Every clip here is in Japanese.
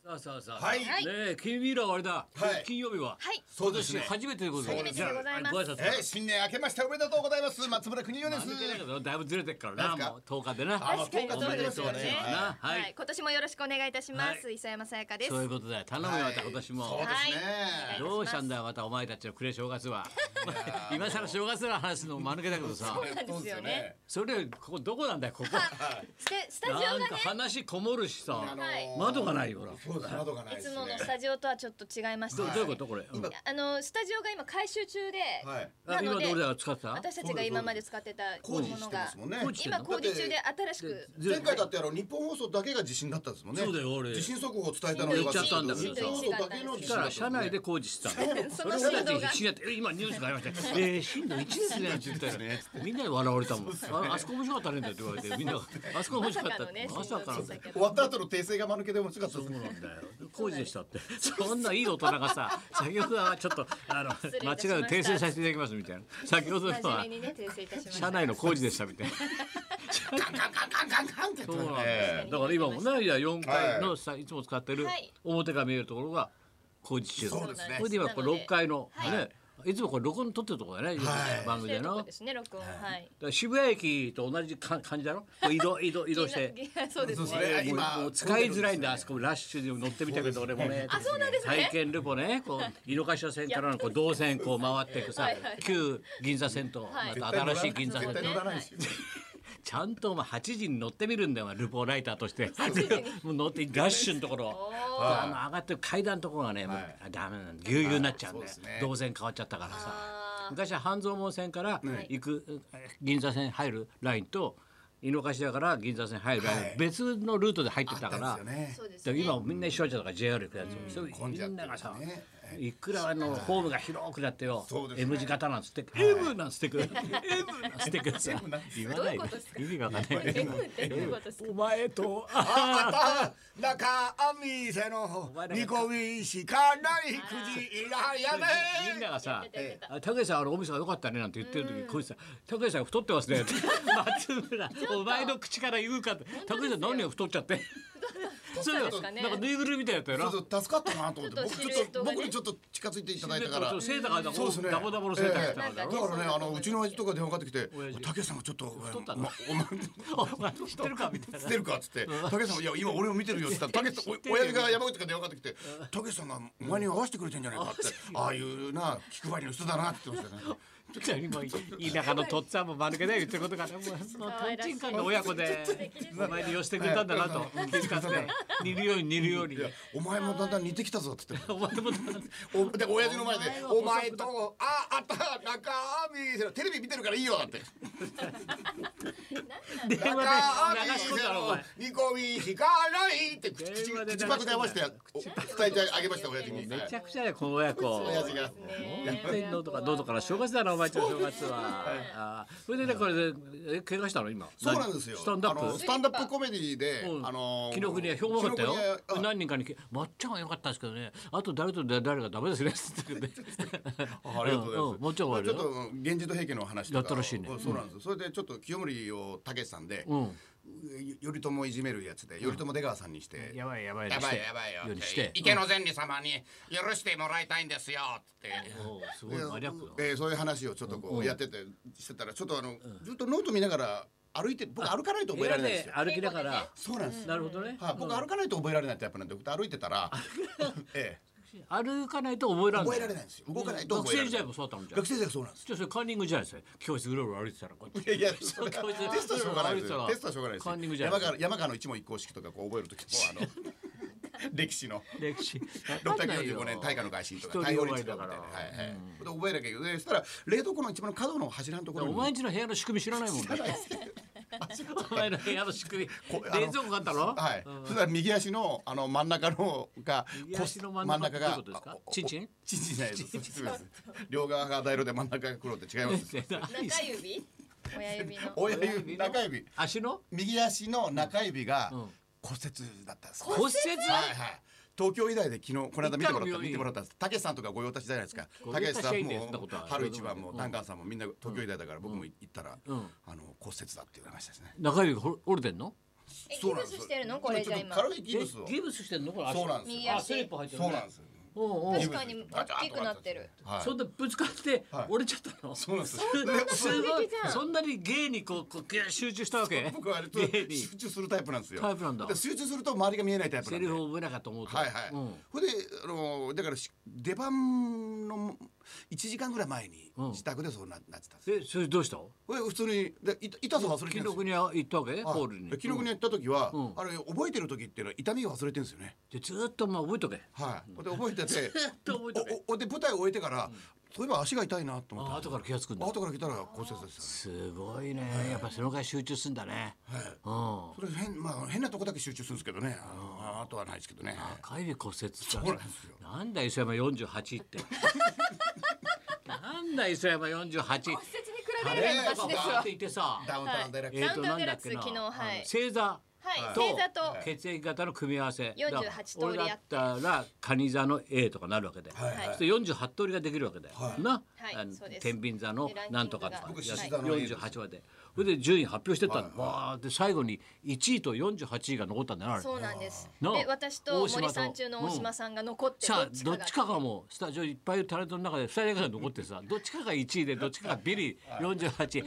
さあさあさあ。はいねえ、君らはあれだ。はい金曜日は。はいそうですね今年初めてでございます。初めてでございまじゃあすご挨え拶。新年明けましておめでとうございます松村邦夫です抜けないけどだいぶずれてっかならんすな。かもう10日でな。あまあ確かにそうかそうですよそうですねよね。なははいい、今年もよろしくお願いいたします。はい磯山さやかです。そういうことだよ。頼むよ、また今年はいそもう。ですねはいどうしたんだよ、またお前たちの暮れ正 月は。今更正月の話の間抜けだけどさ。そうなんですよね。それよりここどこなんだよ、ここ。ステスタジオながんねか、話こもるしあさの。はいー窓がないよ、ほら。そうだ窓がないいですつねものスタジオとはちょっと違いまして、どどういうことこれ。うんいやあのスタジオが今改修中で、はいあな今のでどれだ使ってた私たちが今まで使ってた工も事しのてまがすもんね工事してんの今工事中で新しくず前回だってあの日本放送だけが地震だったんですもんねそうだよ俺地震速報伝えたのが良か言っちゃったんだけど日本放送だけの地だか震だらっ社たんですもん内ねで工事してたの。そ俺の俺振た動ちが必死にやってえ今ニュースがありましたえー震度1ですねって言ったよみんなで笑われたもんああそこ面白かったねって言われてみんながあそこ面まさ白かっかたのってねまさかの振動でしたけ終どわった後の訂正が間抜けで面白かったですそうねなんだよ工事でしたってそんないい大人が さ先ほどはちょっとあの失礼い間違たしまいをした訂正させていただきますみたいな先 ほどの真は面目にね訂正いたしました。社内の工事でしたみ たいなそうなんだよカンカンカンカンカンって言ってたねだから今もねいや4階のさいつも使ってるはい表が見えるところが工事中そうですねこれで今これ6階のはいねいつもこれ録音撮ってるとこだよねはい番組しでてるとなこだかですね録音はい。ら渋谷駅と同じか感じだろこう移 動移動移動していやそうですそうそね。れも今う使いづらいんだあそこラッシュに乗ってみたけど俺もねあそうなんですね体。験ルポねこう井の頭線からのこう動線こう回っていくさはいはい旧銀座線とまはいた新しい銀座線絶と対乗らないですよちゃんとお前8時に乗ってみるんだよお前ルポライターとして時に もう乗ってラッシュのところおーあの上がってる階段のところがね、もうはいあダメなんだぎゅうぎゅうになっちゃうんだはいよそうですね動線変わっちゃったからさあ昔は半蔵門線から行く、え銀座線入るラインと井の頭から銀座線入るライン、はい別のルートで入ってたかあらったんですよねーそうでだす からね。今はみんな一緒になっちゃうから JR 行くやつ、それ混んじゃみってんなるがさねいくらあのホームが広くなってよ、そうですね M 字型なんつって、M なんつって くる M なんつってくるさなんつって言わないどうでいうことですか意味が わかんない M ってどういうことですか。お前とああ中見せの見込みしかないくじいらやめみんながさやって「たあ竹内さんあのおみそが良かったね」なんて言ってる時にこいつさ「竹内さん太ってますね」って松村お前の口から言うかって竹内さん何年太っちゃってそれんなでんすかかねぬいぐるみみたいだったよなちょっと助かったなと思ってちょっと僕ちシょルエっットとがね僕にちょっと近づいていただいでちたかょっらとセーターがそうですねダボダボのセーターが来たかええらだだかろらねあのうちの親父とか電話かかってきて親父「竹さんがちょっと太ったのお前お前知ってるかみたい捨てるか?」っつって「竹さんはいや今俺を見てるよ」っつったら竹さんお親父が山口から電話かかってきて「竹さんがお前に合わせてくれてんじゃないか」って「ああいうな気配りの人だな」って言ってましたね。な今田舎のとっつぁんも丸けない言ってることがねもうそのとんちんかんの親子でお前に寄せてくれたんだなと気遣って似るように似るようにいやお前もだんだん似てきたぞっつって お前もおで親父の前で「おお前前とああた中見せろテレビ見てるからいいよ」だって電話で流し込「中見せんだろおろ前煮込み引かない」って口電話で口パクで合わせて伝えてあげました親父に。めちゃくちゃだよこの親子親父がやねってんのとかどうとかな正月だなお前ちゃん正月はあーそれでねこれでえ怪我したの今そうなんですよ。スタンダあのップスタンダップコメディで、うんあの紀ノ国屋評判だったよ紀伊国屋あ何人かに「まっちゃんは良かったですけどねあと誰と誰がダメですね」って言って あありがとうございます。うんもうちょい終わるよちょっと源氏と平家の話とかやったらしいねそうなんですよ。それでちょっと清盛を武さんで、うんよ頼朝をいじめるやつで、頼朝出川さんにして、やばいやばいやばいやばいよようにして池の善利様に許してもらいたいんですよって。おーすごいマニアックだえーそういう話をちょっとこうやっててしてたらちょっとあのずっとノート見ながら歩いて僕歩かないと覚えられないんですよ。歩きながらそうなんです。なるほどねはい、僕歩かないと覚えられないタイプなんで、僕歩いてたら、 ええ、歩かないと覚えられない覚えられないんですよ。動かないと学覚えら生時れない代。もそうだったもんじゃん学生時代そうなんですじゃあそれカンニングじゃないですか教室うろうろ歩いてたらこうやってよ。いやいや、それ教室テストはしょうがないですうろうよ。ろ歩てテスたらトはしょうがないですカンニンよグ。じゃないですか山川山川の一問一項式とかこう覚えるときもあの 歴史の。歴 史645年大化の改新とか一人大法弱律いとだかかみたいらな、はいはいで覚えなきゃいけないそしたら冷凍庫の一番の角の柱のところおに前んちの部屋の仕組み知らないもん ね。お前の部屋の仕組みこ、あの冷蔵庫があったろ。はい、そしたら右足のあの真ん中のが右足の真ん中腰どういうことですかあおチンチンチンチンじゃないですすいません両側が大色で真ん中が黒って違 いますでな中指親指 の親指中指足の右足の中指がうん骨折だったんです、骨折。はいはい東京医大で昨日この間見てもらっ行ったのた見てもらったんですたけしさんとか御用達じゃないですか御用たけ達しさんはいいんだよそんなこもとは春一番もうんダンカンさんもみんな東京医大だから僕も行ったら、うんあの骨折だっていう話ですね中指がほ折れてんの。えそうなんでギブスすしてるのこれじゃあ今ちょっと軽いギブスをえギブスしてんのこれ足そうなんですよ右足あスリップ入ってるそうなんですすよおうおう確かに大きくなってるはいそんなぶつかってはい折れちゃったの、そうなんですよすごい衝撃じゃんそんなに芸にこうこうギュー集中したわけ僕はあれと芸に集中するタイプなんですよタイプなんだで集中すると周りが見えないタイプなセんでリフを覚えなかったと思うとはいはい、うんほんであのだからし出番の1時間ぐらい前にうん自宅でそうななってたんですよでそれどうしたのほんで普通にでい痛さ忘れ記てるんです録よに行ったわけホールにで記録にうん行った時は、うんあれ覚えてる時っていうのは痛みを忘れてるんですよねでずーっとまあ覚えとけはい、ほんで覚えて てずーっと覚えとけおおで舞台を終えてから、そういえば足が痛いなと思ってあ後から気が付くんだ後から来たら骨折でしたねすごいねやっぱそのぐらい集中するんだねはいうんそれ変,、まあ、変なとこだけ集中するんですけどねあのあとはないですけどね赤いで骨折したそうなんですよなんだ磯山48って なんだ磯山48骨折に比べればあれ私バですわーわって言ってさダウンタウンデラックスえーとダウンタウンなんだっけデなラックス昨日はいあの星座はいと星座とはい血液型の組み合わせ48だから通りあって俺だったら蟹座の A とかなるわけで、はいはいそして48通りができるわけで、な、はいあのそうです天秤座のでランキングがなんとかとか僕獅子座の A です48までそれで順位発表してったの、はいわーで最後に1位と48位が残ったんだよなあれそうなんですなで私と大島と森さん中の大島さんが残ってさあどっちかががもうスタジオいっぱいいるタレントの中で2人が残ってさどっちかが1位でどっちかがビリ48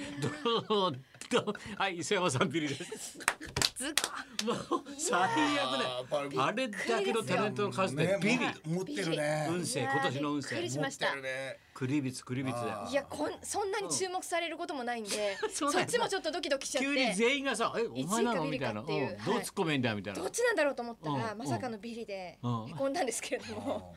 どうどうはい磯山さんビリですずっもう最悪だよあーやっぱりあれだけのタレントの数でねビリ持ってるね運勢今年の運いやーびっく勢りしました持ってるねクリビツクリビツあいやこんそんなに注目されることもないんでそそうなんだっちもちょっとドキドキしちゃっ急にて全員がさ「えお前なの?」一位かビみリたいかな「うっんてどいううはい突っ込めんだよ」みたいなどっちなんだろうと思ったうらんまさかのビリでうんへこんだんですけれども。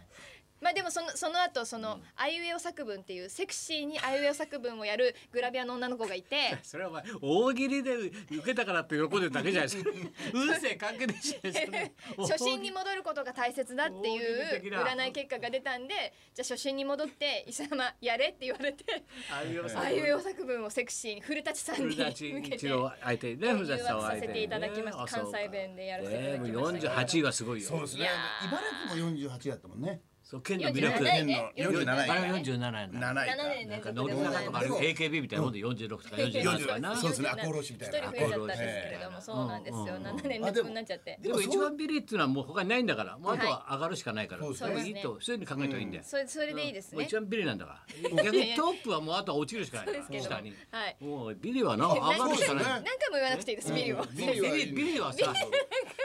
まあでもそのその後その「あいうえお作文」っていうセクシーにあいうえお作文をやるグラビアの女の子がいてそれはお前大喜利で受けたからって喜んでるだけじゃないですか運勢関係ないじゃないですか 初心に戻ることが大切だって大喜利い的うな占い結果が出たんでじゃあ初心に戻って「磯山やれ」って言わ れてああいうよさあいうえお作文をセクシーに古舘さん古に舘向け一て郎相手にね、古誘舘さ惑んをさ相手せに、ね。ていただきましたあそう関か西弁でやらせていたねだもうきま四し十た八位はすごいよ。そうですねいやー茨城も48だったもんねそう県の四魅十力。七47位ねあれ47四十七は位四十七なんだ。 7位か七年なん連か続ノでリさんとございまかすあれ AKB みたいなもんで四十六とか四十七とかな47。そうですね赤穂浪士みたいな一人増えちゃったんですけれども、赤そうなんですよ。うん七年あ連でも続になっちゃって。でも一番ビリっていうのはもう他にないんだから、もうあとはは上がるしかないから、そうですねもいいとそういうふうに考えたらいいんだよ。それそれでいいですもうね一。番ビリなんだから。逆にトップはもうあとは落ちるしかないそうかですけら、ども、下はに。い。もうビリはな上がるしかない。何回も言わなくていいです。ビリを。わかビリビリビリはさ、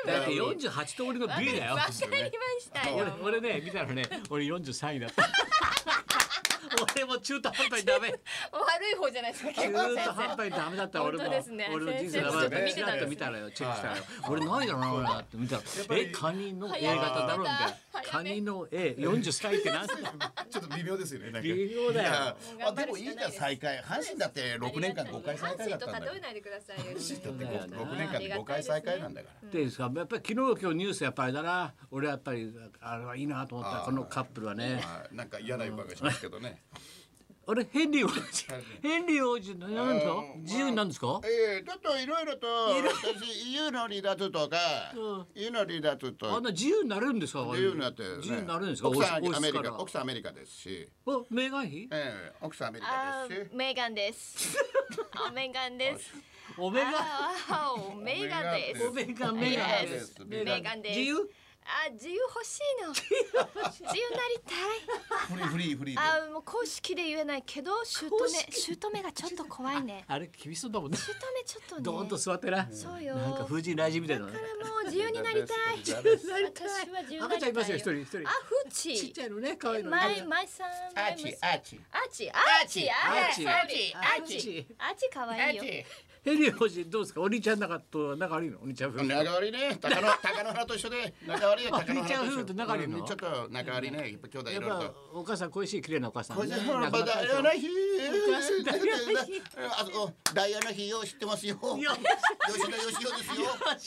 だって四十八通りのビリだよ。りました俺よ。俺ね見たらね俺43位だった俺も中途半端にダメ悪い方じゃないですか。中結構途先半端にダメだった俺も、本当ですね俺の人生先ダ生メだったちょっと見ちてらたんっとですね見たらよチェックしたらよ、俺何位だろうな俺なって見たらぱえりカニの A 早かった型だろうみたいな早めカニの A43 位ってなんだちょっと微妙ですよねなんか微妙だよいやもうあ頑で張るもいしいかじないゃんです再開阪神だって六年間五回再開だったん阪だ神とよ例えないでくださいよ。神と例えない六年間で五回再開なんだからっていうんですかやっぱり昨日今日ニュースやっぱりだな俺はやっぱりあれはいいなと思ったあーこのカップルはねまあなんか嫌な予感がしますけどね。俺ヘンリー王子ヘンリー王子なんですか自由になんですかええちょっといろいろと私 EU の離脱とか EU の離脱とあんな自由になれるんですか自由になってね、自由になるんですか奥さん王室アメリ王室かカら奥さんアメリカですし、おメーガン妃ええ奥さんアメリあカでーすし、メーガンです。あメーガンです。おメーガンあーわーおメーガンです。おメーガンメーガンですメーガンですメーガンです自由あ自由欲しいの自由になりたいフリーフリーフリーで。あもう公式で言えないけど姑姑がちょっと怖いねあれ厳しそうだもんね姑ちょっとねドーンと座ってなそうよなんか風神雷神みたいなのだねからもう自由になりたい自由私は自由にな赤りたいちゃんいますよ一人一人あフチちっちゃいのね可愛いのマイねマイさんアーチアーチ。アーチアーチアーチアアーチアーーチアーチチアーチ可愛いよヘンリー王子どうですかお兄ちゃんなんかと仲悪いのお兄ちゃん夫婦仲悪いね。 高野高野原と一緒で仲悪いよ。高野兄ちゃん原夫婦と仲悪いのうんちょっと仲悪いね。やっぱ兄弟いやっろいろぱと。お母さん恋しい綺麗なお母さんこれねじゃあ亡くなったダでイしょアナ妃ダイアナ妃あそこダイアナ妃を知ってますよ。吉よ田義雄ですよ。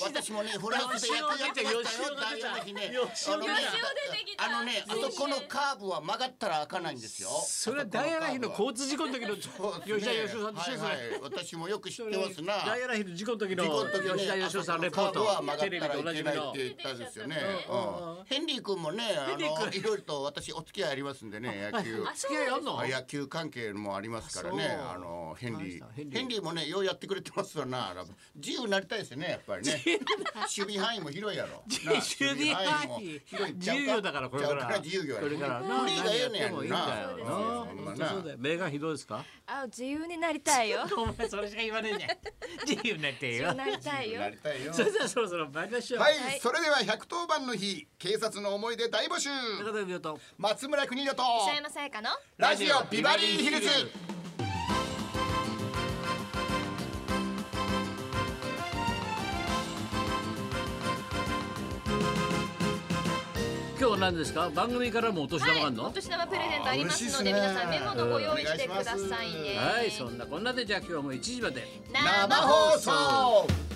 私もねフランスでやってやってましたよ。ダイアナ妃ね。吉雄あのね吉雄出てきたあのねあそこのカーブは曲がったら開かないんですよ。それはダイアナ妃のあそこ交通事故の時のカーブは。吉田義雄さんと一緒ですねはいはい私もよく知ってますよ。コースなダイアナ妃の事故の時の事故の時に吉田義雄さんレポーカーブトは曲がっテたレビらでいおなけじなみいのって言ったんですよねうんうんヘンリー君もねあヘンリー君のいろいろと私お付き合いありますんでね野球あ付き合いあんのあ野球関係もありますからねああそうのヘンリ大したヘンリーーヘンリーもねようやってくれてます わなあら自由になりたいですよねやっぱりね守備範囲も広いやろ なあ守備範も囲広いん自ちゃうか由だからこれかちゃうら自由業やころれからフリーがええねやもいんいんなだよなうんほん本ま当なそうだよメーガンひどいですかあ自由になりたいよお前それしか言わねえじゃん自由になって自由になりたいよな りたいよそれではそろそろ参りましょうはい、はいそれでは百1番の日警察の思い出大募集中田美代と松村邦洋と磯山さやかのラジオビバリーヒルズ今日は何ですか番組からもお年玉があはるい、のお年玉プレゼントありまあーすので嬉しいっすね皆さんメモのご用意してくださいね、はいそんなこんなでじゃあ今日も1時まで生生放送